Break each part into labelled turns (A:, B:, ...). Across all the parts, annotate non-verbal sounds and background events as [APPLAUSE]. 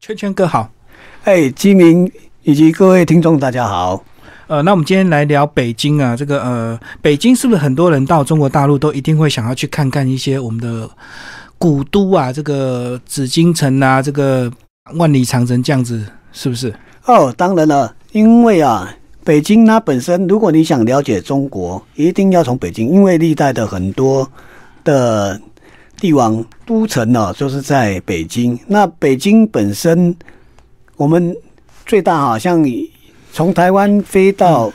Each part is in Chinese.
A: 圈圈哥好，
B: 哎，居民以及各位听众，大家好。
A: 呃，那我们今天来聊北京啊，这个呃，北京是不是很多人到中国大陆都一定会想要去看看一些我们的古都啊，这个紫禁城啊，这个万里长城这样子，是不是？
B: 哦，当然了，因为啊，北京它本身，如果你想了解中国，一定要从北京，因为历代的很多的帝王都城呢、就是在北京。那北京本身，我们最大好像从台湾飞到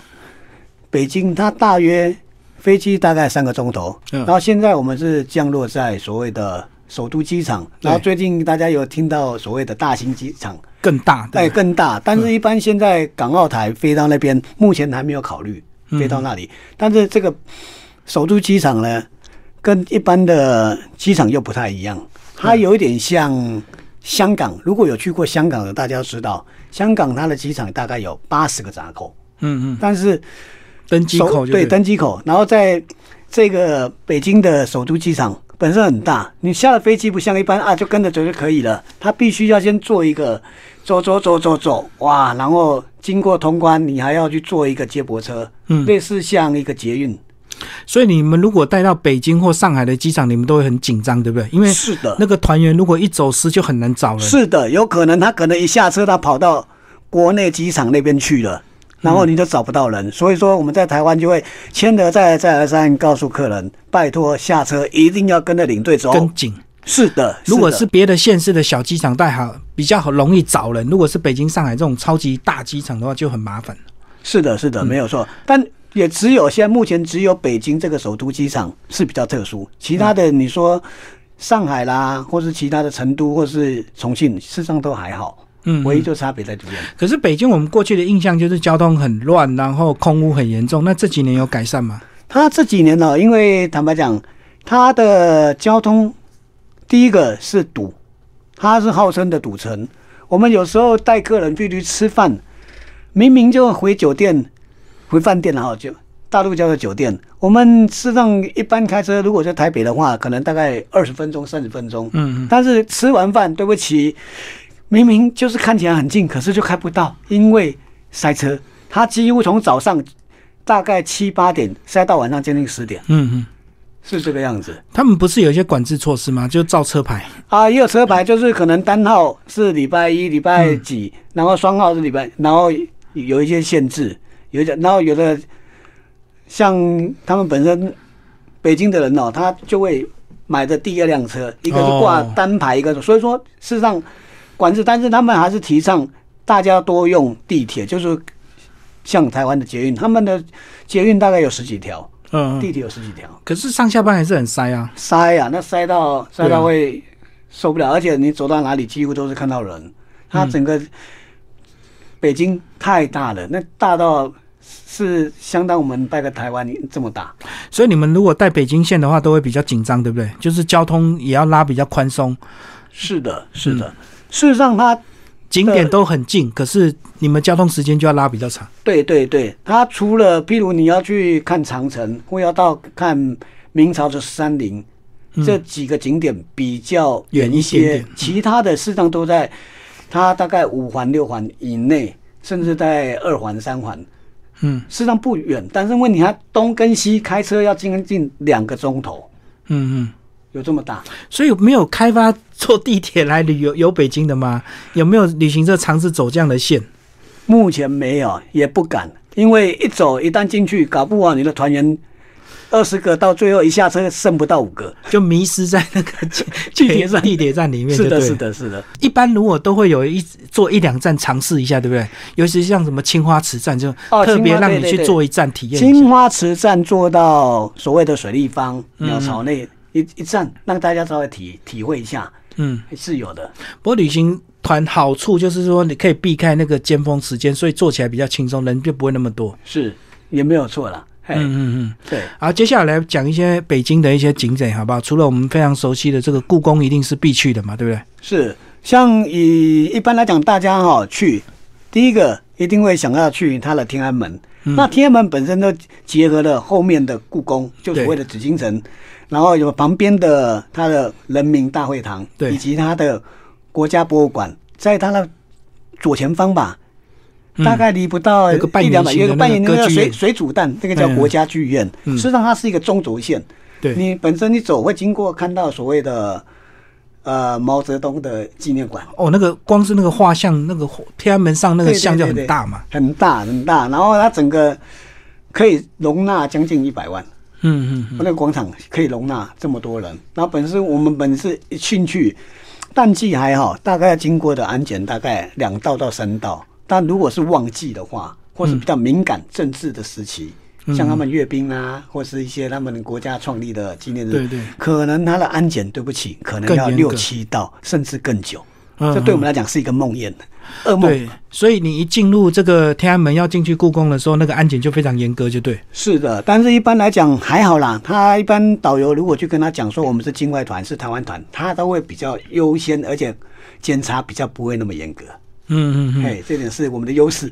B: 北京，它大约飞机大概三个钟头。
A: 嗯
B: 然后现在我们是降落在所谓的首都机场，然后
A: 对
B: 最近大家有听到所谓的大型机场。
A: 更大
B: 哎，
A: 对不对，
B: 更大。但是，一般现在港澳台飞到那边，目前还没有考虑
A: 嗯
B: 飞到那里。但是这个首都机场呢，跟一般的机场又不太一样，它有一点像香港。如果有去过香港的，大家都知道，香港它的机场大概有八十个闸口，
A: 嗯嗯，
B: 但是
A: 登机
B: 首
A: 口就
B: 对
A: 对
B: 登机口，然后在这个北京的首都机场本身很大，你下了飞机不像一般啊，就跟着走就可以了，他必须要先做一个走走走走走，哇，然后经过通关，你还要去坐一个接驳车，
A: 嗯
B: 类似像一个捷运，
A: 所以你们如果带到北京或上海的机场，你们都会很紧张，对不对？因为
B: 是的，
A: 那个团员如果一走失就很难找了。
B: 是的，有可能他可能一下车，他跑到国内机场那边去了。然后你就找不到
A: 嗯
B: 人，所以说我们在台湾就会谦得再而再而三告诉客人，拜托下车一定要跟着领队走，
A: 跟紧，
B: 哦是的，
A: [LAUGHS] 如果
B: 的
A: 是别的县市的小机场，带好比较好容易找人；如果是北京、上海这种超级大机场的话，就很麻烦。
B: 是的，
A: 嗯
B: 是的，没有错。但也只有现在目前只有北京这个首都机场是比较特殊，其他的
A: 嗯
B: 你说上海啦，或是其他的成都或是重庆，事实上都还好。
A: 嗯
B: 唯一就差别在这边。
A: 可是北京我们过去的印象就是交通很乱，然后空污很严重。那这几年有改善吗？
B: 它这几年呢、因为坦白讲，它的交通第一个是堵，它是号称的堵城。我们有时候带客人必须吃饭，明明就回酒店、回饭店哈，就大陆叫做酒店。我们事实上一般开车，如果在台北的话，可能大概二十分钟、三十分钟。
A: 嗯
B: 但是吃完饭，对不起，明明就是看起来很近，可是就开不到，因为塞车。他几乎从早上大概七八点塞到晚上将近十点，
A: 嗯嗯，
B: 是这个样子。
A: 他们不是有一些管制措施吗？就照车牌。
B: 啊，也有车牌，就是可能单号是礼拜一、礼拜几，然后双号是礼拜，然后有一些限制，有一些，然后有的像他们本身北京的人哦，他就会买的第二辆车，一个是挂
A: 哦
B: 单牌，一个是所以说事实上管制，但是他们还是提倡大家多用地铁，就是像台湾的捷运，他们的捷运大概有十几条，
A: 嗯、
B: 地铁有十几条。
A: 可是上下班还是很塞啊。
B: 塞啊，那塞到塞
A: 对啊
B: 到会受不了，而且你走到哪里几乎都是看到人。它整个北京太大了，那大到是相当我们带个台湾这么大。
A: 所以你们如果带北京线的话，都会比较紧张，对不对？就是交通也要拉比较宽松，
B: 是的，是的。嗯事实上它，
A: 景点都很近，可是你们交通时间就要拉比较长。
B: 对对对，它除了譬如你要去看长城，或要到看明朝的山林。这几个景点比较远
A: 嗯
B: 一
A: 远一
B: 些，
A: 点点
B: 其他的事实上都在它大概五环六环以内，甚至在二环三环。
A: 嗯
B: 事实上不远，但是问题它东跟西开车要将近两个钟头，
A: 嗯嗯。
B: 有这么大？
A: 所以没有开发坐地铁来旅游游北京的吗？有没有旅行社尝试走这样的线？
B: 目前没有，也不敢，因为一走一旦进去，搞不好你的团员二十个到最后一下车剩不到五个。
A: 就迷失在那个 [LAUGHS] 地
B: 地铁站
A: 地铁站里面。
B: 是的，
A: 就对了
B: 是。的，是的，
A: 一般如果都会有一做一两站尝试一下，对不对？尤其是像什么青花瓷站，就
B: 哦
A: 特别
B: 青花
A: 让你
B: 对
A: 去
B: 对对
A: 做一站体验一下。
B: 青花瓷站坐到所谓的水立方、
A: 嗯
B: 鸟巢内一一站，让大家稍微体体会一下，
A: 嗯，
B: 是有的。
A: 不过旅行团好处就是说你可以避开那个尖峰时间，所以做起来比较轻松，人就不会那么多。
B: 是也没有错了。嘿，
A: 嗯嗯嗯。
B: 对，
A: 好，接下来讲一些北京的一些景点，好不好？除了我们非常熟悉的这个故宫，一定是必去的嘛，对不对？
B: 是像以一般来讲，大家哈、去，第一个一定会想要去它的天安门。
A: 嗯
B: 那天安门本身都结合了后面的故宫，就所谓的紫禁城，然后有旁边的它的人民大会堂，
A: 对
B: 以及它的国家博物馆，在它的左前方吧，
A: 嗯
B: 大概离不到
A: 有个半
B: 一两百，
A: 圆形的
B: 有一个半圆
A: 那个
B: 形的
A: 歌
B: 那个
A: 剧
B: 水
A: 院
B: 水煮蛋，那个叫
A: 嗯
B: 国家剧院。
A: 嗯
B: 事实上，它是一个中轴线，
A: 对，
B: 你本身你走会经过看到所谓的呃毛泽东的纪念馆，
A: 哦，那个光是那个画像，那个天安门上那个
B: 对对
A: 像就
B: 对
A: 很
B: 对
A: 大嘛，
B: 很大很大，然后它整个可以容纳将近一百万。
A: 嗯嗯
B: 那个广场可以容纳这么多人。然后本身我们本身一进去，淡季还好，大概经过的安检大概两道到三道。但如果是旺季的
A: 嗯
B: 话，或是比较敏感政治的时期，像他们阅兵啊，或是一些他们国家创立的纪念日，
A: 对对
B: 可能他的安检对不起，可能
A: 更
B: 要
A: 严
B: 六
A: 格
B: 七道甚至更久。
A: 嗯，
B: 这对我们
A: 嗯。
B: 来讲是一个梦魇，噩梦。
A: 对，所以你一进入这个天安门要进去故宫的时候，那个安检就非常严格，就对。
B: 是的，但是一般来讲还好啦。他一般导游如果去跟他讲说我们是境外团，是台湾团，他都会比较优先，而且监察比较不会那么严格。
A: 嗯嗯嗯。
B: 哎、这点是我们的优势。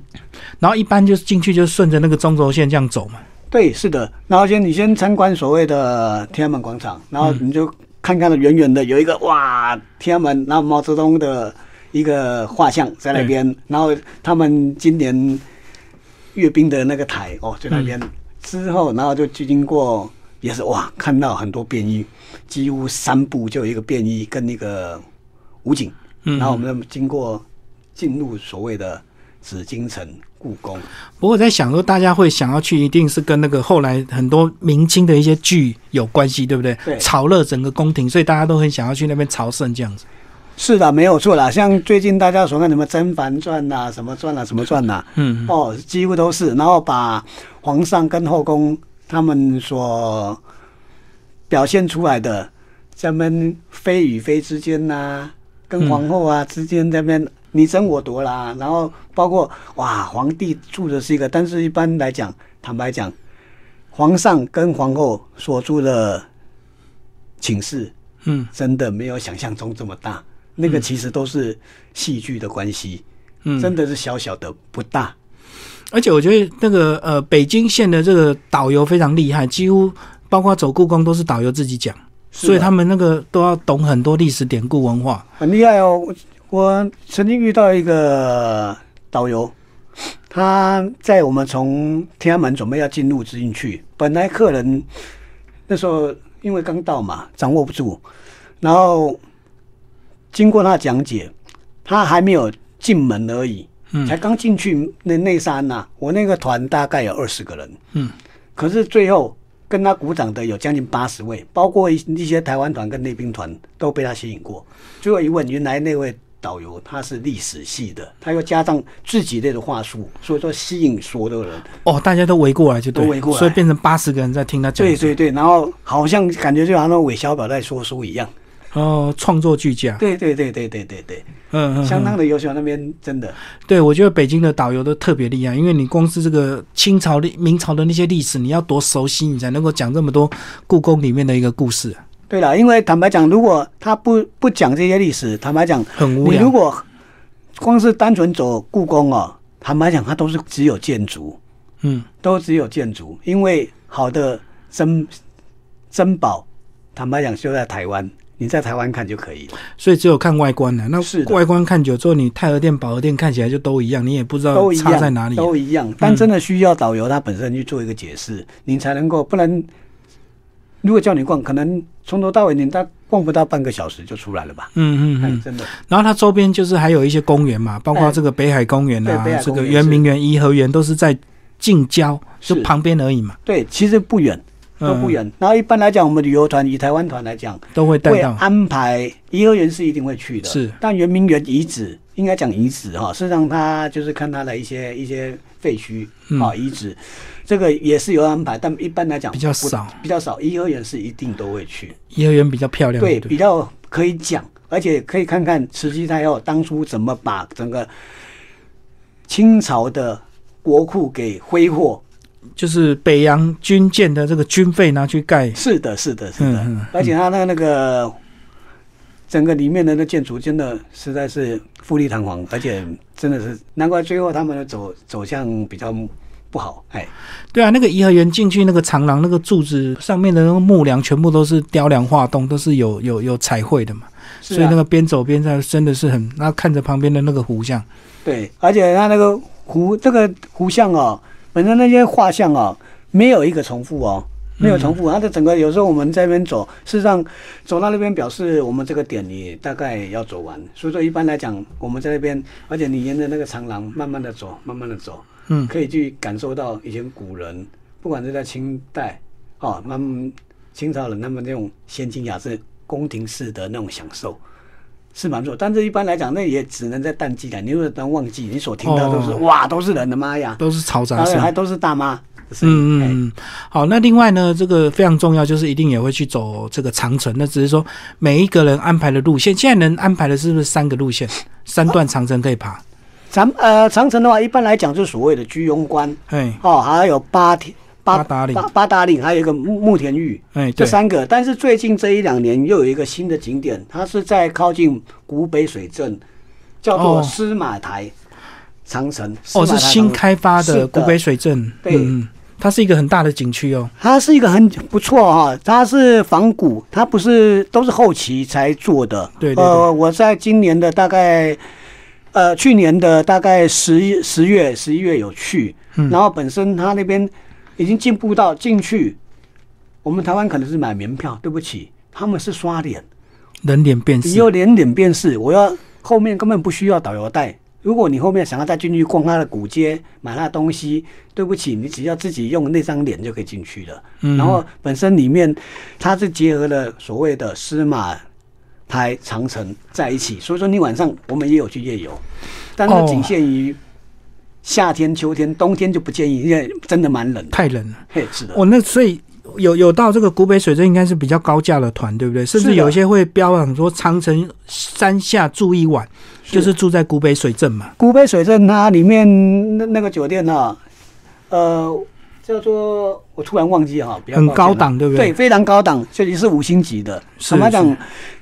A: 然后一般就是进去就顺着那个中轴线这样走嘛。
B: 对，是的。然后先你先参观所谓的天安门广场，然后你就看看了远远的有一个哇天安门，然后毛泽东的一个画像在那边，然后他们今年阅兵的那个台哦在那边、之后，然后就经过也是哇看到很多便衣，几乎三步就有一个便衣跟那个武警，
A: 嗯
B: 然后我们经过进入所谓的紫禁城故宫。
A: 不过我在想说，大家会想要去，一定是跟那个后来很多明清的一些剧有关系，对不对？
B: 对
A: 炒热整个宫廷，所以大家都很想要去那边朝圣这样子。
B: 是的，没有错啦。像最近大家所看什么《甄嬛传》呐、什么传啊呐、什么传呐、
A: 嗯，
B: 哦，几乎都是。然后把皇上跟后宫他们所表现出来的，咱们妃与妃之间呐、跟皇后啊之间这边你争我夺啦，然后包括哇，皇帝住的是一个，但是一般来讲，坦白讲，皇上跟皇后所住的寝室，
A: 嗯
B: 真的没有想象中这么大。那个其实都是戏剧的关系，
A: 嗯，
B: 真的是小小的不大。
A: 而且我觉得那个呃，北京县的这个导游非常厉害，几乎包括走故宫都是导游自己讲，
B: 是的
A: 所以他们那个都要懂很多历史典故文化。
B: 很厉害哦！我我曾经遇到一个导游，他在我们从天安门准备要进入之进去，本来客人那时候因为刚到嘛，掌握不住，然后经过他的讲解，他还没有进门而已，
A: 嗯
B: 才刚进去那那刹那，我那个团大概有二十个人，
A: 嗯，
B: 可是最后跟他鼓掌的有将近八十位，包括一一些台湾团跟内兵团都被他吸引过。最后一问，原来那位导游他是历史系的，他又加上自己类的话术，所以说吸引所有人。
A: 哦，大家都围过来就对，
B: 都围过来
A: 所以变成八十个人在听他讲。
B: 对对对，然后好像感觉就好像韦小宝在说书一样。
A: 哦，创作俱佳。
B: 对对对对对对对，
A: 嗯嗯，嗯
B: 相当的优秀，那边真的
A: 对，我觉得北京的导游都特别厉害，因为你光是这个清朝历、明朝的那些历史，你要多熟悉，你才能够讲这么多故宫里面的一个故事，
B: 对了，因为坦白讲，如果他不不讲这些历史，坦白讲，
A: 很无
B: 你
A: 聊
B: 如。果光是单纯走故宫哦，坦白讲，它都是只有建筑，
A: 嗯
B: 都只有建筑，因为好的珍珍宝，坦白讲就在台湾，你在台湾看就可以了，
A: 所以只有看外观了。那
B: 是的
A: 外观看久之后，你太和殿、保和殿看起来就都一样，你也不知道
B: 都一
A: 呃差
B: 样，
A: 在哪里。啊嗯
B: 都一样。但真的需要导游他本身去做一个解释，你才能够，不然如果叫你逛，可能从头到尾你大逛不到半个小时就出来了吧？
A: 嗯嗯
B: 哎
A: 嗯。
B: 真的
A: 然后它周边就是还有一些公园嘛，包括
B: 哎
A: 这个北海公园啊
B: 对北，海
A: 这
B: 公园
A: 个圆明园、颐和园都是在近郊，就是旁边而已嘛，
B: 对，其实不远。都不
A: 嗯
B: 远。然后一般来讲，我们旅游团以台湾团来讲，
A: 都会带
B: 会
A: 到。
B: 安排颐和园是一定会去的，
A: 是
B: 但圆明园遗址应该讲遗址哈，事实上它就是看它的一些一些废墟
A: 嗯
B: 啊遗址，这个也是有安排，但一般来讲
A: 比较
B: 不
A: 少
B: 比较少。颐和园是一定都会去，
A: 颐和园比较漂亮，
B: 对，
A: 不
B: 比较可以讲，而且可以看看慈禧太后当初怎么把整个清朝的国库给挥霍。
A: 就是北洋军舰的这个军费拿去盖
B: 是的，是的，是的，
A: 嗯嗯嗯
B: 而且它那那个整个里面的那建筑真的实在是富丽堂皇，而且真的是难怪最后他们的走走向比较不好，哎，
A: 对啊，那个颐和园进去那个长廊，那个柱子上面的那个木梁全部都是雕梁画栋，都是有有有彩绘的嘛。
B: 是
A: 所以
B: 啊
A: 那个边走边看真的是很，那看着旁边的那个湖像，
B: 对，而且它那个湖这个湖像哦，本身那些画像哦，没有一个重复哦，没有重
A: 嗯
B: 复。它的整个有时候我们在那边走，事实上走到那边表示我们这个点也大概要走完，所以说一般来讲我们在那边，而且你沿着那个长廊慢慢的走，慢慢的走，
A: 嗯，
B: 可以去感受到以前古人，不管是在清代哦，他们清朝人他们那种闲情雅致、宫廷式的那种享受。是蛮不错，但是一般来讲，那也只能在淡季了。你如果当旺季，你所听到都是、
A: 哦
B: 哇，都是人的妈呀，
A: 都是嘈杂
B: 而且
A: 声。
B: 还都是大妈的声音。
A: 嗯
B: 哎
A: 嗯嗯，好，那另外呢，这个非常重要，就是一定也会去走这个长城。那只是说每一个人安排的路线，现在能安排的是不是三个路线，三段长城可以爬？
B: 咱呃长城的话，一般来讲就是所谓的居庸关
A: 哎
B: 哦，还有八田
A: 八达岭
B: 八八达岭，还有一个慕慕田峪。
A: 哎，
B: 这
A: 对，
B: 三个，但是最近这一两年又有一个新的景点，它是在靠近古北水镇，叫
A: 哦
B: 做司马台长城。
A: 哦，
B: 司马
A: 是
B: 台
A: 新
B: 长城
A: 开发
B: 是
A: 的
B: 的
A: 古北水镇，
B: 对
A: 嗯，嗯它是一个很大的景区哦。
B: 它是一个很不错哈、它是仿古，它不是都是后期才做的。
A: 对对对
B: 呃，我在今年的大概，呃，去年的大概十一十月、十一月有去，
A: 嗯
B: 然后本身它那边已经进步到进去，我们台湾可能是买门票，对不起，他们是刷脸，
A: 人脸辨
B: 你
A: 识，
B: 有脸脸辨识，我要后面根本不需要导游带。如果你后面想要再进去逛它的古街、买它的东西，对不起，你只要自己用那张脸就可以进去了。
A: 嗯
B: 然后本身里面它是结合了所谓的司马台长城在一起，所以说你晚上我们也有去夜游，但
A: 哦
B: 是仅限于夏天、秋天，冬天就不建议，因为真的蛮冷的。
A: 太冷了。
B: 嘿，是的，
A: 哦，那所以有有到这个古北水镇，应该是比较高价的团，对不对？甚
B: 是
A: 至
B: 的
A: 有一些会标榜说长城山下住一晚，就是住在古北水镇嘛。
B: 古北水镇它里面那那个酒店呢、呃，叫做我突然忘记哈、比较
A: 很
B: 抱歉
A: 高
B: 啊
A: 档对不对
B: 对，非常高档，这里是五星级的。
A: 是
B: 坦白讲
A: 是，嗯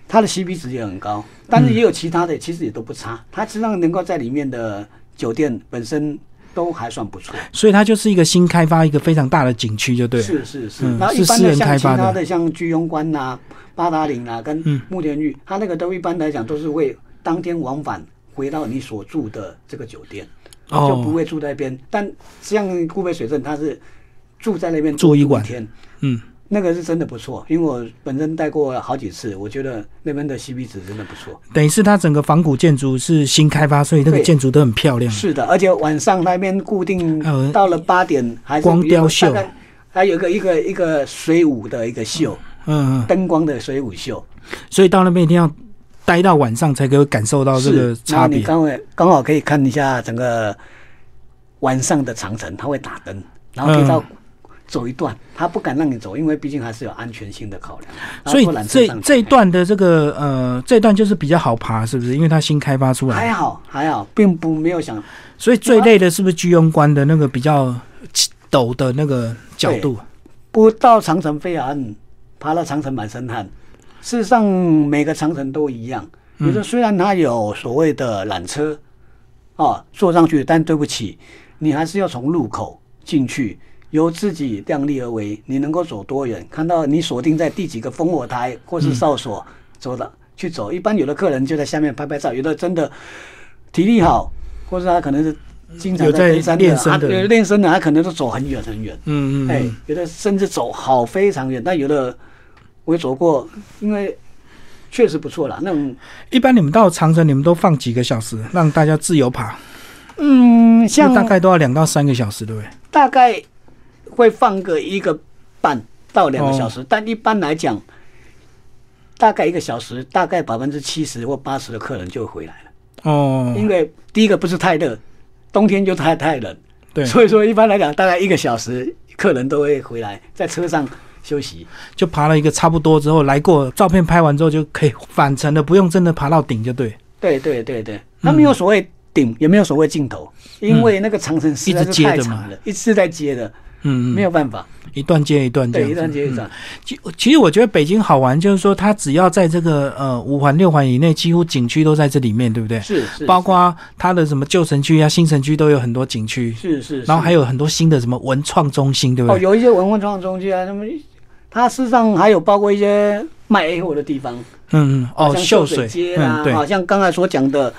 B: 它的 CP 值也很高，但是也有其他的，其实也都不差。它实际上能够在里面的酒店本身都还算不错。
A: 所以它就是一个新开发一个非常大的景区，就对了。
B: 是是是
A: 嗯，
B: 然后
A: 是
B: 一般
A: 私
B: 的
A: 人开
B: 像其
A: 发的
B: 他的像居庸关呐、八达岭啊、跟
A: 嗯
B: 慕田峪，它那个都一般来讲都是会当天往返回到你所住的这个酒店，
A: 哦
B: 就不会住在那边。但像古北水镇，它是住在那边
A: 住一晚
B: 天，
A: 嗯，
B: 那个是真的不错，因为我本身待过好几次，我觉得那边的 CP 值真的不错。
A: 等于是它整个仿古建筑是新开发，所以那个
B: 对
A: 建筑都很漂亮。
B: 是的，而且晚上那边固定
A: 还有
B: 到了八点还是
A: 呃光
B: 比如
A: 雕秀
B: 大概还有一个一个一个水舞的一个秀，
A: 嗯嗯，
B: 灯光的水舞秀。
A: 所以到那边一定要待到晚上才可以感受到这个
B: 是
A: 差
B: 那
A: 别
B: 你。刚好刚好可以看一下整个晚上的长城，它会打灯，然后可以到
A: 嗯
B: 走一段，它不敢让你走，因为毕竟还是有安全性的考量。然后
A: 所以
B: 啊不缆车
A: 这
B: 上去
A: 这一段的这个呃，这一段就是比较好爬，是不是？因为它新开发出来
B: 还，好还好，并不哎没有啊想
A: 所以最累的是不是居庸关的那个比较陡的那个角度？
B: 不到长城非岸，爬到长城满身汗。事实上，每个长城都一样。
A: 嗯
B: 你说虽然它有所谓的缆车，啊，坐上去，但对不起，你还是要从入口进去，由自己量力而为，你能够走多远，看到你锁定在第几个烽火台或是哨
A: 嗯
B: 所走的、去走。一般有的客人就在下面拍拍照，有的真的体力好，或是他可能是经常
A: 有在
B: 登山
A: 练身
B: 啊
A: 的人
B: 有练身的，他可能都走很远很远。
A: 嗯嗯
B: 哎
A: 嗯，，
B: 有的甚至走好非常远，但有的我也走过，因为确实不错啦。那种
A: 一般你们到长城，你们都放几个小时让大家自由爬？
B: 嗯，
A: 就
B: 像
A: 大概都要两到三个小时，对不对？
B: 大概会放个一个半到两个小时，但一般来讲，大概一个小时，大概百分之七十或八十的客人就回来了，
A: 哦，
B: 因为第一个不是太热，冬天就太太冷，
A: 对，
B: 所以说一般来讲，大概一个小时客人都会回来，在车上休息。
A: 就爬了一个差不多之后，来过照片拍完之后就可以返程了，不用真的爬到顶就对。
B: 对对对对，它没有所谓顶，也没有所谓尽头，因为那个长城实在
A: 嗯一直接
B: 是
A: 的
B: 太长
A: 嘛
B: 了，一直在接的，
A: 嗯，嗯
B: 没有办法，
A: 一段接一段这样子，
B: 对，一段接一
A: 嗯
B: 段。
A: 其其实我觉得北京好玩，就是说它只要在这个呃五环六环以内，几乎景区都在这里面，对不对？
B: 是是，
A: 包括它的什么旧城区啊、新城区都有很多景区，
B: 是是，
A: 然后还
B: 有
A: 有很多新的什么文创中心，对不
B: 哦，
A: 对？
B: 有一些文化创中心啊，那么它事实上还有包括一些卖 A 货的地方，
A: 嗯嗯，哦，
B: 像
A: 秀
B: 水
A: 水
B: 街啦哦
A: 嗯，，对，
B: 好像刚才所讲的，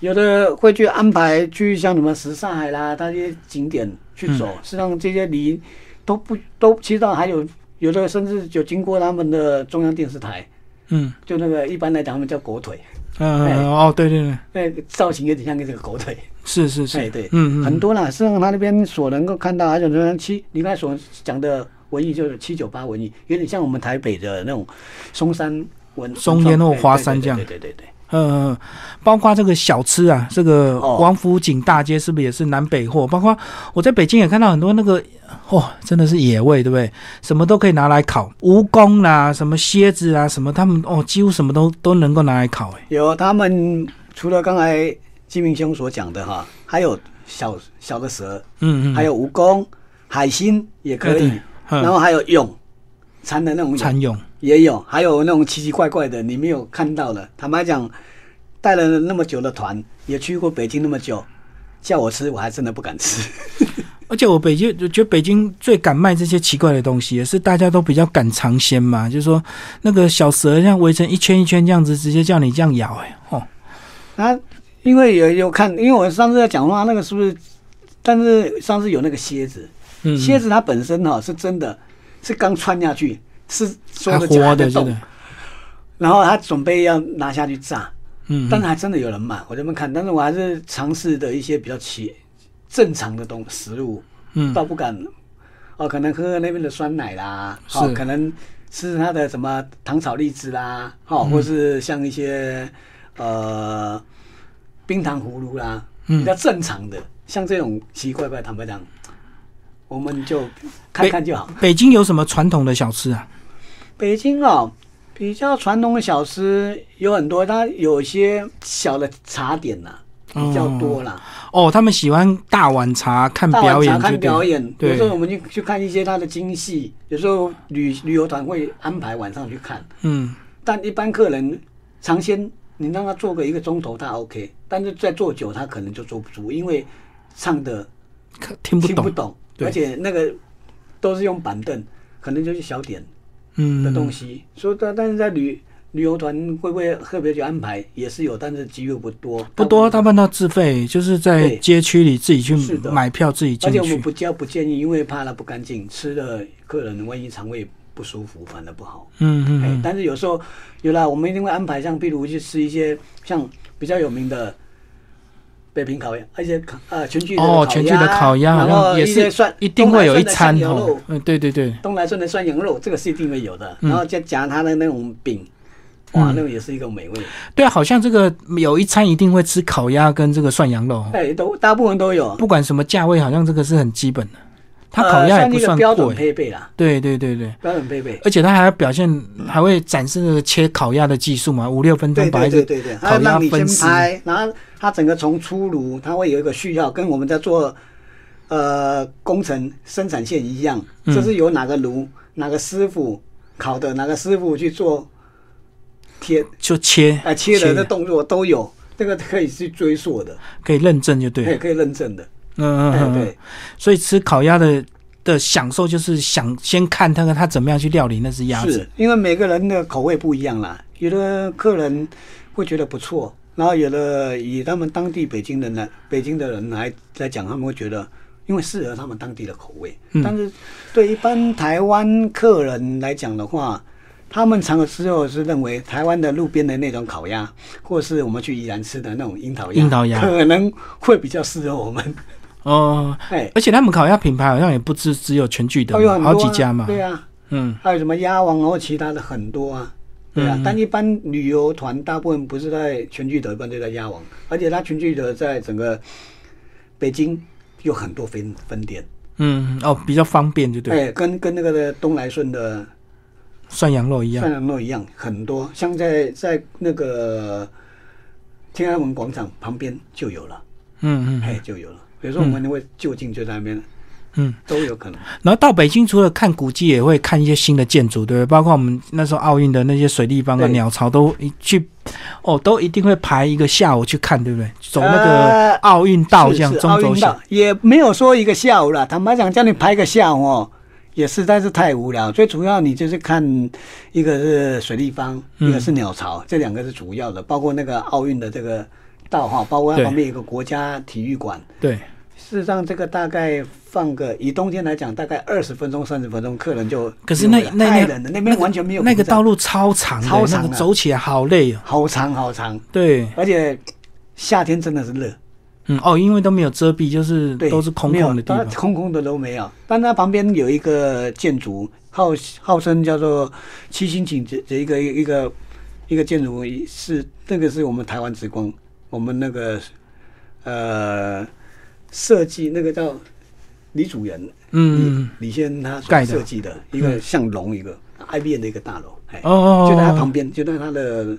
B: 有的会去安排去像什么什刹海啦，它这些景点去走，
A: 嗯
B: 实际上这些离都不都，其实上还有有的甚至就经过他们的中央电视台，
A: 嗯
B: 就那个一般来讲他们叫狗腿，
A: 嗯
B: 哎
A: 嗯哦，对对对，
B: 那个造型有点像那个狗腿，
A: 是是
B: 哎
A: 是，
B: 对，
A: 嗯嗯，
B: 很多啦，实际上他那边所能够看到，还有就是七，你刚才所讲的文艺就是七九八文艺，有点像我们台北的那种松山文
A: 松烟或花山
B: 哎对对
A: 这样
B: 对对对对。
A: 呃，包括这个小吃啊，这个
B: 哦
A: 王府井大街是不是也是南北货？包括我在北京也看到很多那个，哦，真的是野味，对不对？什么都可以拿来烤，蜈蚣啦，什么蝎子啊，什么他们哦，几乎什么都都能够拿来烤、哎，
B: 有他们除了刚才金明兄所讲的哈，还有小小的蛇，
A: 嗯嗯，
B: 还有蜈蚣、海星也可以，
A: 嗯
B: 然后还有蛹，蚕的那种蛹
A: 蚕蛹，
B: 也有，还有那种奇奇怪怪的你没有看到的。坦白讲，带了那么久的团，也去过北京那么久，叫我吃我还真的不敢吃。 [LAUGHS]
A: 而且我北京我觉得北京最敢卖这些奇怪的东西，也是大家都比较敢尝鲜嘛，就是说那个小蛇像围成一圈一圈这样子，直接叫你这样咬、哎，哦，
B: 啊，因为有有看，因为我上次在讲话那个是不是？但是上次有那个蝎子，
A: 嗯，
B: 蝎
A: 子
B: 子它本身哈、是真的，是刚穿下去，是缩
A: 还
B: 的夹
A: 活
B: 的
A: 的，真
B: 洞
A: 的，，嗯
B: 然后他准备要拿下去炸，
A: 嗯，
B: 但是还真的有人买，我这边看，但是我还是尝试的一些比较奇正常的东食物，
A: 嗯
B: 倒不敢，哦，可能喝喝那边的酸奶啦，哦
A: 是，
B: 可能吃它的什么糖炒栗子啦，哦，
A: 嗯
B: 或是像一些呃冰糖葫芦啦，
A: 嗯
B: 比较正常的，像这种奇奇怪怪，坦白讲，我们就看看就好。
A: 北京有什么传统的小吃啊？
B: 北京哦，比较传统的小吃有很多，它有些小的茶点呐、比较多啦。
A: 哦，他们喜欢大碗茶看
B: 大
A: 表
B: 晚茶
A: 演，
B: 看表演，有
A: 对
B: 时候我们去去看一些它的京戏，有时候旅旅游团会安排晚上去看，
A: 嗯，
B: 但一般客人尝鲜，你让他坐个一个钟头，他 OK，但是再坐久他可能就坐不住，因为唱的
A: 可听不
B: 听
A: 懂，
B: 不懂，
A: 对
B: 而且那个都是用板凳，可能就是小点。的
A: 嗯，
B: 东西，所以但但是在旅旅游团会不会特别去安排也是有，但是机会不多，
A: 不多，他们要自费，就是在
B: 对
A: 街区里自己去
B: 是的
A: 买票，自己
B: 而
A: 进
B: 且我们
A: 去。
B: 不叫不建议，因为怕它不干净，吃了客人万一肠胃不舒服，反而不好。
A: 嗯
B: 哎、
A: 嗯
B: 但是有时候有啦，我们一定会安排，像譬如去吃一些像比较有名的北平烤鸭，而且烤呃全
A: 嗯，
B: 聚德
A: 哦，
B: 烤
A: 全聚德
B: 鸭
A: 烤鸭好
B: 然后
A: 像也
B: 一些
A: 是
B: 蒜
A: 一定会有一餐
B: 东来蒜的蒜牛
A: 哦
B: 肉。
A: 嗯，对对对，
B: 东来顺的涮羊肉，这个是一定会有的，
A: 嗯
B: 然后再夹它的那种饼，哇，
A: 嗯
B: 那个也是一个美味。
A: 对啊，好像这个有一餐一定会吃烤鸭跟这个涮羊肉，哦
B: 哎，都大部分都有。
A: 不管什么价位，好像这个是很基本的。他烤鸭也不
B: 呃算一个标
A: 贵
B: 准，配备啦，
A: 对对对对，
B: 标准配备。
A: 而且他还要表现，还会展示那个切烤鸭的技术嘛，五六分钟
B: 对
A: 把
B: 对
A: 一只
B: 对对对，它
A: 烤鸭
B: 让你先
A: 分尸。
B: 拍，然后它整个从出炉，它会有一个序号，跟我们在做呃工程生产线一样，
A: 嗯
B: 这是由哪个炉、哪个师傅烤的，哪个师傅去做贴
A: 就切
B: 啊、切的这动作都有，这个可以去追溯的，
A: 可以认证就对
B: 也
A: 了。
B: 可以认证的。
A: 嗯
B: 哎
A: 嗯嗯。
B: 对，
A: 所以吃烤鸭的的享受就是想先看他他怎么样去料理那只鸭子。
B: 是因为每个人的口味不一样啦，有的客人会觉得不错，然后有的以他们当地北京人来，北京的人来来讲，他们会觉得因为适合他们当地的口味。
A: 嗯
B: 但是对一般台湾客人来讲的话，他们常有时候是认为台湾的路边的那种烤鸭，或是我们去宜兰吃的那种樱桃鸭，
A: 樱桃鸭
B: 可能会比较适合我们。
A: 哦，
B: 哎，
A: 而且他们烤鸭品牌好像也不只只有全聚德
B: 都有
A: 嘛，
B: 很多啊、
A: 好几家嘛。
B: 对啊，
A: 嗯
B: 还有什么鸭王或其他的很多啊，对啊，
A: 嗯
B: 但一般旅游团大部分不是在全聚德，一般就在鸭王，而且它全聚德在整个北京有很多分分店，
A: 嗯，哦，比较方便就对，
B: 哎，跟跟那个的东来顺的
A: 涮羊肉一样
B: 涮。羊肉一样，很多，像在在那个天安门广场旁边就有了，
A: 嗯嗯
B: 哎，就有了。有时候我们会就近就在那边，
A: 嗯。
B: 都有可能。
A: 然后到北京除了看古迹，也会看一些新的建筑，对不对？包括我们那时候奥运的那些水立方啊、
B: 对
A: 鸟巢都一去，哦，都一定会排一个下午去看，对不对？走那个
B: 呃
A: 奥运道这样
B: 是是
A: 中
B: 奥运
A: 轴线
B: 道。也没有说一个下午了。坦白讲，叫你排个下午哦，也实在是太无聊。最主要你就是看一个是水立方，
A: 嗯
B: 一个是鸟巢，这两个是主要的，包括那个奥运的这个道哈，包括它
A: 对
B: 旁边有个国家体育馆。
A: 对，
B: 事实上，这个大概放个以冬天来讲，大概二十分钟、三十分钟，客人就
A: 可是那
B: 有了
A: 那
B: 太
A: 那
B: 冷了，那边完全没有
A: 那个
B: 屏障
A: 道路超长的，
B: 超长
A: 那
B: 啊
A: 个走起来好累哦。
B: 好长好长，
A: 对，
B: 而且夏天真的是热，
A: 嗯哦，因为都没有遮蔽，就是
B: 对，
A: 都是空
B: 没有
A: 空的地方
B: 它。空空的都没有。但它旁边有一个建筑，号号称叫做七星井这这一个一个一个建筑是那个是我们台湾职工，我们那个呃设计那个叫李主任，
A: 嗯，
B: 李李先生他所
A: 盖的
B: 设计的一个像龙一个 IBM 的一个大楼，哎，
A: 哦哦
B: 就在它
A: 哦
B: 旁边，就在它的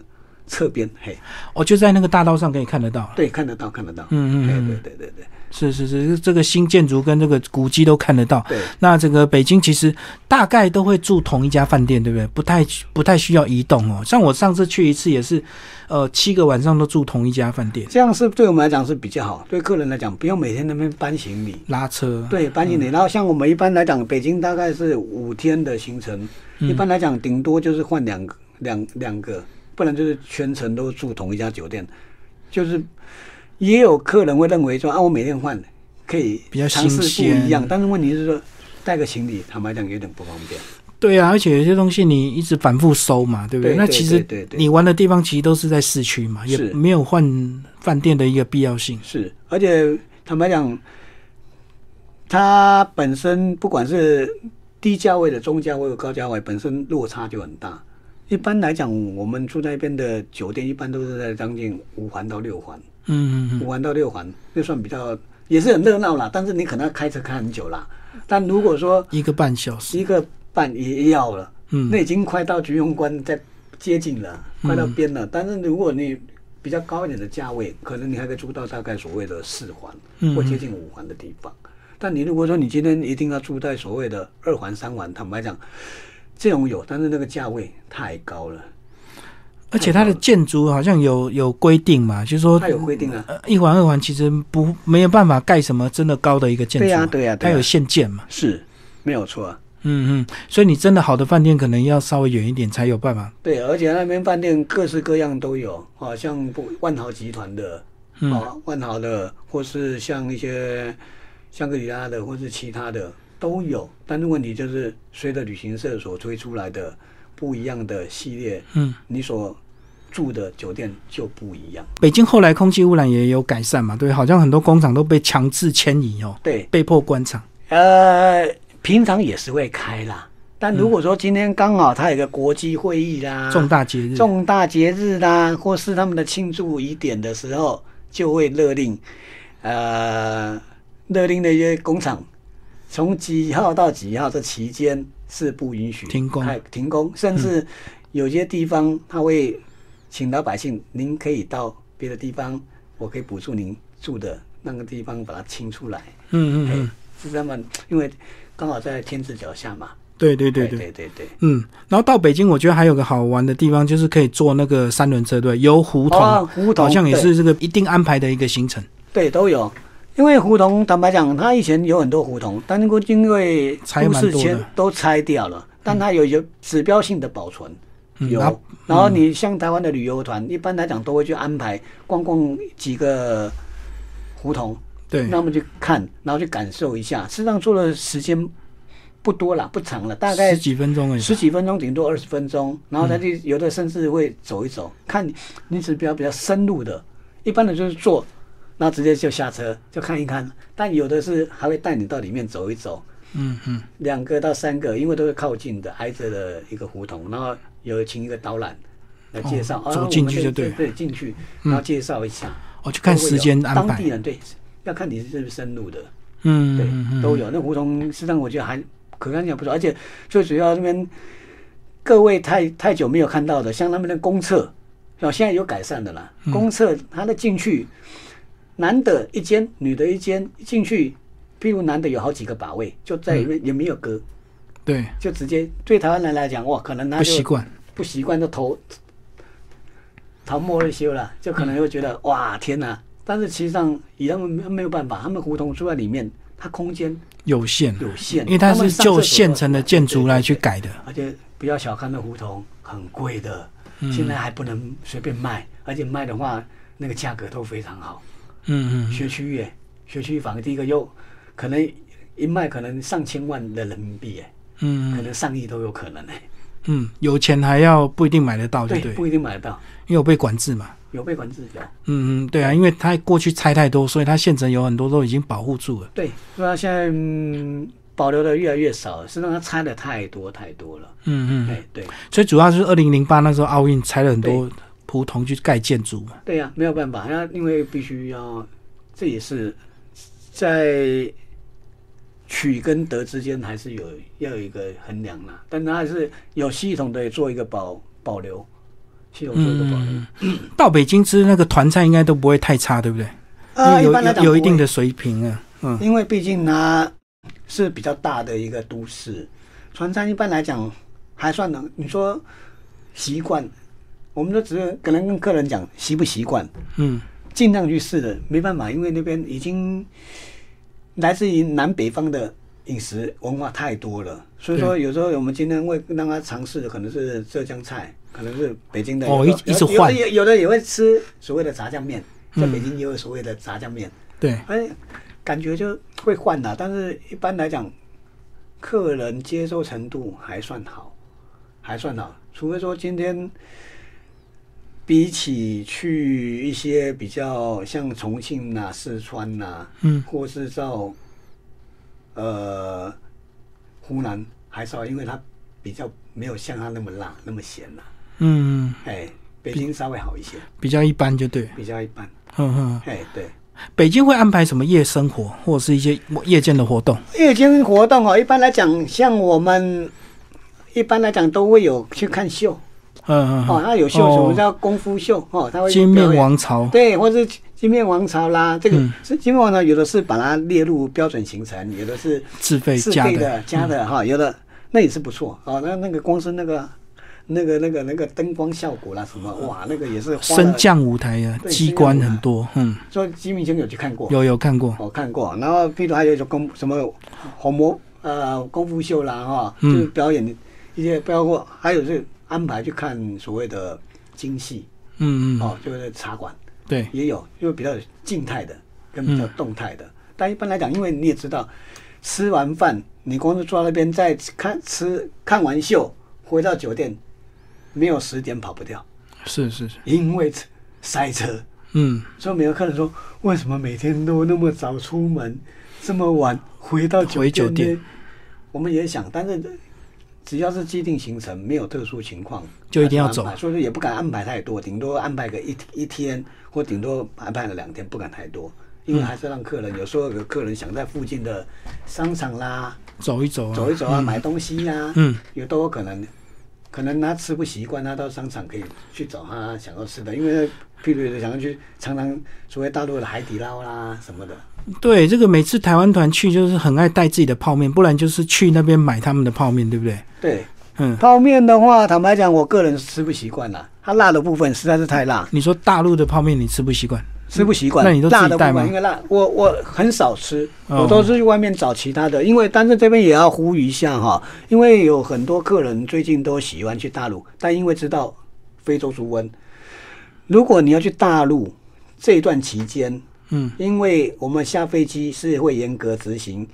B: 侧边，嘿，
A: 我就在那个大道上可以看得到了。
B: 对，看得到，看得到，
A: 嗯嗯
B: 哎
A: 嗯
B: 对对对对。
A: 是是是，这个新建筑跟这个古迹都看得到。
B: 对
A: 那这个北京其实大概都会住同一家饭店，对不对？不太不太需要移动哦。像我上次去一次也是，呃，七个晚上都住同一家饭店，
B: 这样是对我们来讲是比较好，对客人来讲不用每天那边搬行李。
A: 拉车。
B: 对，搬行李。
A: 嗯
B: 然后像我们一般来讲，北京大概是五天的行程，
A: 嗯
B: 一般来讲顶多就是换两个两两个，不然就是全程都住同一家酒店。就是也有客人会认为说啊，我每天换可以
A: 比较
B: 尝试
A: 新
B: 不
A: 鲜
B: 一样，但是问题是说带个行李，坦白讲有点不方便。
A: 对啊，而且有些东西你一直反复收嘛，对不
B: 对
A: 那
B: 对
A: 其实
B: 对对对
A: 你玩的地方其实都是在市区嘛，也
B: 是
A: 没有换饭店的一个必要性。
B: 是，而且坦白讲，它本身不管是低价位的、中价位的、高价位，本身落差就很大。一般来讲，我们住那边的酒店，一般都是在将近五环到六环，
A: 嗯嗯嗯。
B: 五环到六环，就算比较也是很热闹啦。但是你可能要开车开很久啦。但如果说
A: 一个半小时，
B: 一个半也要了，
A: 嗯
B: 那已经快到菊用关在接近了，快到边了。但是如果你比较高一点的价位，可能你还可以住到大概所谓的四环
A: 嗯
B: 或接近五环的地方。但你如果说你今天一定要住在所谓的二环、三环，坦白讲，这种有，但是那个价位太高了，
A: 而且它的建筑好像有有规定嘛，就是说
B: 它有规定啊。
A: 呃，一环二环其实不没有办法盖什么真的高的一个建筑，
B: 对啊对啊对啊
A: 它有限建嘛，
B: 是，没有错啊。
A: 嗯嗯，所以你真的好的饭店可能要稍微远一点才有办法，
B: 对，而且那边饭店各式各样都有，啊，像不万豪集团的，
A: 嗯
B: 啊，万豪的，或是像一些香格里拉的，或是其他的都有。但是问题就是，随着旅行社所推出来的不一样的系列，
A: 嗯，
B: 你所住的酒店就不一样。
A: 北京后来空气污染也有改善嘛，对，好像很多工厂都被强制迁移哦，
B: 对，
A: 被迫关厂，
B: 呃，平常也是会开啦，但如果说今天刚好它有个国际会议啦，
A: 重大节日，
B: 嗯重大节日啦、或是他们的庆祝仪典的时候，就会勒令，呃，勒令那些工厂从几号到几号这期间是不允许
A: 停工嗯
B: 开停工，甚至有些地方他会请老百姓，您可以到别的地方，我可以补助您住的那个地方，把它清出来。
A: 嗯嗯
B: 哎
A: 嗯，
B: 是他们因为刚好在天子脚下嘛。
A: 对对对
B: 哎
A: 对。
B: 对对对。
A: 嗯，然后到北京，我觉得还有个好玩的地方，就是可以坐那个三轮车，对，游胡同，
B: 哦胡同
A: 好像也
B: 对
A: 是这个一定安排的一个行程，
B: 对，都有。因为胡同，坦白讲，它以前有很多胡同，但是因为
A: 拆
B: 都
A: 蛮
B: 市
A: 多的
B: 圈都拆掉了，但它有有指标性的保存。
A: 嗯
B: 有
A: 然后，
B: 然后你像台湾的旅游团，一般来讲都会去安排逛逛几个胡同，
A: 对，
B: 那么去看，然后去感受一下。事实上，做的时间不多了，不长了，大概
A: 十几分钟而已吧，
B: 十几分钟，顶多二十分钟，然后
A: 嗯
B: 他就有的甚至会走一走，看你你是比较比较深入的，一般的就是坐，然后直接就下车就看一看，但有的是还会带你到里面走一走，
A: 嗯嗯，
B: 两个到三个，因为都是靠近的挨着的一个胡同，然后有请一个导览来介绍，
A: 哦
B: 啊
A: 走
B: 我
A: 进
B: 们
A: 去
B: 这
A: 就对了
B: 对，进去然后介绍一下，
A: 哦，就看时间安
B: 当
A: 排
B: 地，人对，要看你是不是深入的，
A: 嗯，
B: 对
A: 嗯，嗯
B: 都有。那胡同实际上我觉得还可看性不错，而且最主要那边各位太太久没有看到的，像他们的公厕，哦，现在有改善的啦。
A: 嗯
B: 公厕它的进去，男的一间，女的一间，进去，譬如男的有好几个把位，就在里面
A: 嗯
B: 也没有隔，
A: 对，
B: 就直接对台湾人来讲，哇，可能他
A: 不
B: 就
A: 习惯，
B: 不习惯就头头摸一些了，就可能会觉
A: 嗯
B: 得、哇天哪！但是其实上，以他们没有办法，他们胡同住在里面，它空间
A: 有限，
B: 有限，
A: 因为它
B: 他们
A: 是
B: 上
A: 就
B: 厕所
A: 现成的建筑来去，改的。
B: 对对对对而且不要小看那胡同，很贵的，
A: 嗯
B: 现在还不能随便卖，而且卖的话那个价格都非常好。
A: 嗯嗯
B: 学区耶，学区房第一个又可能一卖可能上千万的人民币耶，
A: 嗯
B: 可能上亿都有可能哎，
A: 嗯，有钱还要不一定买得到，哦对不对？
B: 不一定买得到，
A: 因为有被管制嘛。
B: 有被管制有。
A: 嗯嗯，对啊，因为它过去拆太多，所以它现成有很多都已经保护住了。
B: 对，对啊，现在嗯保留的越来越少，是让它拆的太多太多了。
A: 嗯嗯，
B: 哎，对
A: 所以主要就是二零零八那时候奥运拆了很多
B: 对
A: 胡同去盖建筑嘛。
B: 对呀、没有办法，那因为必须要，这也是在取跟得之间还是有要有一个衡量啦，但它还是有系统的做一个保保留，系统做一个保留。
A: 嗯，到北京吃那个团餐应该都不会太差，对不对？
B: 呃，
A: 因
B: 一
A: 为
B: 般来
A: 有
B: 讲
A: 有有一
B: 不会
A: 定的水平啊。嗯
B: 因为毕竟它是比较大的一个都市，船餐一般来讲还算能。你说习惯，我们都只是可能跟客人讲习不习惯，
A: 嗯
B: 尽量去试的，没办法，因为那边已经来自于南北方的饮食文化太多了，所以说有时候我们今天会让他尝试的可能是浙江菜，可能是北京的
A: 哦
B: 有的
A: 一一直换
B: 有的有有的也会吃所谓的炸酱面，在北京也有所谓的炸酱面。
A: 对，
B: 哎，感觉就会换啦，但是一般来讲，客人接受程度还算好，还算好。除非说今天比起去一些比较像重庆呐、四川呐、
A: 嗯
B: 或是到呃湖南还是好，因为它比较没有像它那么辣、那么咸啦、
A: 嗯，嗯
B: 哎，北京稍微好一些，
A: 比较一般就对。
B: 比较一般。
A: 嗯嗯，
B: 哎，对。
A: 北京会安排什么夜生活或者是一些夜间的活动？
B: 夜间活动哦，一般来讲，像我们一般来讲都会有去看秀
A: 嗯嗯
B: 哦，
A: 嗯，
B: 那有秀
A: 哦
B: 什么叫功夫秀哦，他会去
A: 金
B: 表
A: 面
B: 演
A: 王朝。
B: 对，或是金面王朝啦，这个
A: 嗯
B: 是金面王朝，有的是把它列入标准行程，有的是
A: 自费
B: 自
A: 加
B: 费
A: 的，嗯
B: 的加的哈，有的那也是不错哦，那那个光是那个那个那个那个灯光效果啦什么，哇，那个也是花
A: 升
B: 了。
A: 降舞台啊，
B: 对
A: 机关很多，嗯，
B: 所以金明兄有去看过？
A: 有有看过，
B: 我看过，然后譬如还有一种功什么红魔呃功夫秀啦哈，就
A: 嗯
B: 是表演一些包括还有是安排去看所谓的京戏
A: 嗯嗯，
B: 哦，就是茶馆
A: 对，
B: 也有，就是比较静态的跟比较动态
A: 嗯
B: 的。但一般来讲，因为你也知道，吃完饭你光是坐在那边再看吃看完秀回到酒店，没有十点跑不掉，
A: 是是是，
B: 因为塞塞车。
A: 嗯，
B: 所以每个客人说，为什么每天都那么早出门，这么晚回到酒
A: 回
B: 店
A: 酒
B: 呢
A: 店
B: 我们也想，但是只要是既定行程，没有特殊情况，
A: 就一定要走
B: 还是安排所以说也不敢安排太多，顶多安排个一一天，或顶多安排了两天，不敢太多，因为还是让客人有时候有客人想在附近的商场啦
A: 走一走啊，
B: 走一走啊，买东西呀、
A: 嗯，
B: 也都有可能。可能他吃不习惯，他到商场可以去找他想要吃的，因为譬如想要去尝尝所谓大陆的海底捞啦什么的，
A: 对，这个每次台湾团去就是很爱带自己的泡面，不然就是去那边买他们的泡面，对不对？
B: 对，
A: 嗯，
B: 泡面的话，坦白讲，我个人是吃不习惯啦。它辣的部分实在是太辣，
A: 你说大陆的泡面你吃不习惯，
B: 吃不习惯。
A: 那你都自己
B: 辣的部
A: 带吗
B: 分，因为辣，我我很少吃，
A: 哦
B: 我都是去外面找其他的。因为，但是这边也要呼吁一下哈，因为有很多客人最近都喜欢去大陆，但因为知道非洲猪瘟，如果你要去大陆这一段期间，
A: 嗯，
B: 因为我们下飞机是会严格执行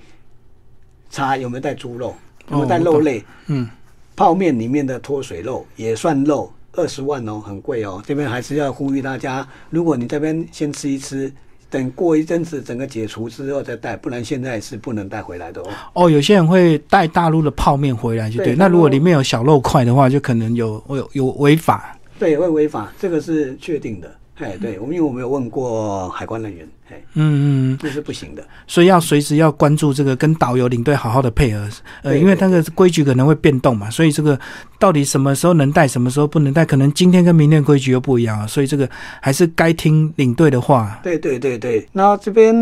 B: 查有没有带猪肉，有没有带
A: 哦我
B: 肉
A: 懂
B: 类。
A: 嗯，
B: 泡面里面的脱水肉也算肉，二十万哦，很贵哦。这边还是要呼吁大家，如果你这边先吃一吃，等过一阵子整个解除之后再带，不然现在是不能带回来的哦。
A: 哦，有些人会带大陆的泡面回来，就对。
B: 对
A: 那
B: 他们
A: 如果里面有小肉块的话，就可能有有有违法，
B: 对，会违法，这个是确定的。哎，对，我们因为我们有问过海关人员，哎，
A: 嗯嗯嗯，
B: 这是不行的。
A: 所以要随时要关注这个跟导游领队好好的配合，呃，
B: 对
A: 因为那个规矩可能会变动嘛，所以这个到底什么时候能带，什么时候不能带，可能今天跟明天规矩又不一样啊，所以这个还是该听领队的话。
B: 对对对对，那这边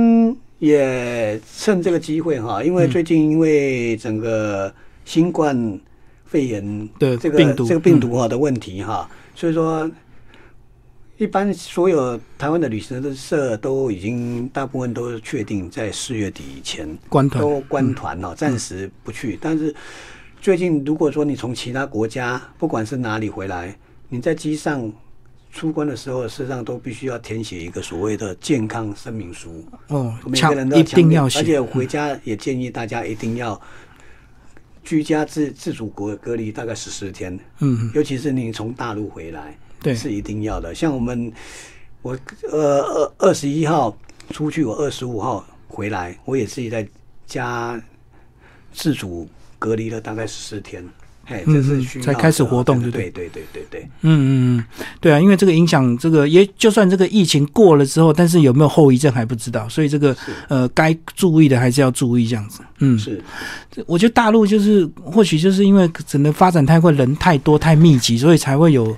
B: 也趁这个机会哈，因
A: 嗯
B: 为最近因为整个新冠肺炎
A: 的
B: 这个
A: 病毒嗯
B: 这个病毒哈的问题哈，所以说一般所有台湾的旅行社都已经大部分都确定在四月底以前
A: 关团
B: 都关团
A: 嗯
B: 了，暂时不去。但是最近如果说你从其他国家，不管是哪里回来，你在机上出关的时候，事实上都必须要填写一个所谓的健康声明书。
A: 哦，
B: 每
A: 强
B: 个人都
A: 一
B: 强
A: 定
B: 烈
A: 要
B: 而且
A: 写，嗯
B: 回家也建议大家一定要居家自自主隔隔离大概十四天，
A: 嗯，
B: 尤其是你从大陆回来，
A: 对
B: 是一定要的。像我们，我呃二二十一号出去，我二十五号回来，我也自己在家自主隔离了大概十四天。哎，这是
A: 嗯
B: 需要
A: 才开始
B: 的
A: 活动对不
B: 对对对对对，
A: 嗯嗯嗯，对啊，因为这个影响，这个也就算这个疫情过了之后，但是有没有后遗症还不知道，所以这个呃该注意的还是要注意这样子。嗯，
B: 是
A: 我觉得大陆就是或许就是因为整个发展太快，人太多太密集，所以才会有。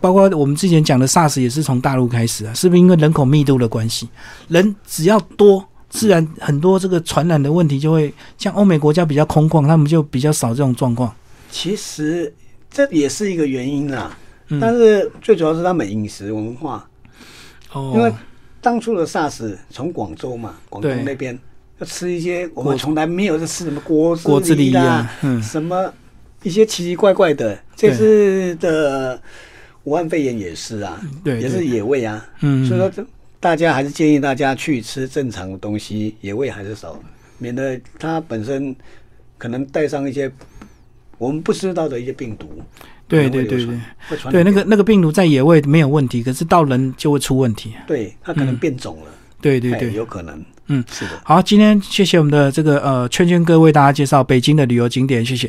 A: 包括我们之前讲的 SARS 也是从大陆开始啊，是不是因为人口密度的关系？人只要多，自然很多这个传染的问题就会像欧美国家比较空旷，他们就比较少这种状况。
B: 其实这也是一个原因啦。
A: 嗯
B: 但是最主要是他们饮食文化，
A: 哦
B: 因为当初的 SARS 从广州嘛，广
A: 对
B: 东那边要吃一些我们从来没有的吃什么锅
A: 果子
B: 狸
A: 狸
B: 啦
A: 啊，嗯
B: 什么一些奇奇怪怪的。这次的武汉肺炎也是啊，
A: 对
B: 也
A: 对
B: 是野味啊，
A: 嗯
B: 所以说这大家还是建议大家去吃正常的东西，野味还是少，免得它本身可能带上一些我们不知道的一些病毒。
A: 对
B: 可能会
A: 对对
B: 流传
A: 对，
B: 会传
A: 对，
B: 染
A: 那
B: 给
A: 个那个病毒在野味没有问题，可是到人就会出问题。啊
B: 对它可能变种了，
A: 对嗯对
B: 哎
A: 对，
B: 有可能，
A: 嗯
B: 是的。
A: 好，今天谢谢我们的这个呃，圈圈哥为大家介绍北京的旅游景点，谢谢。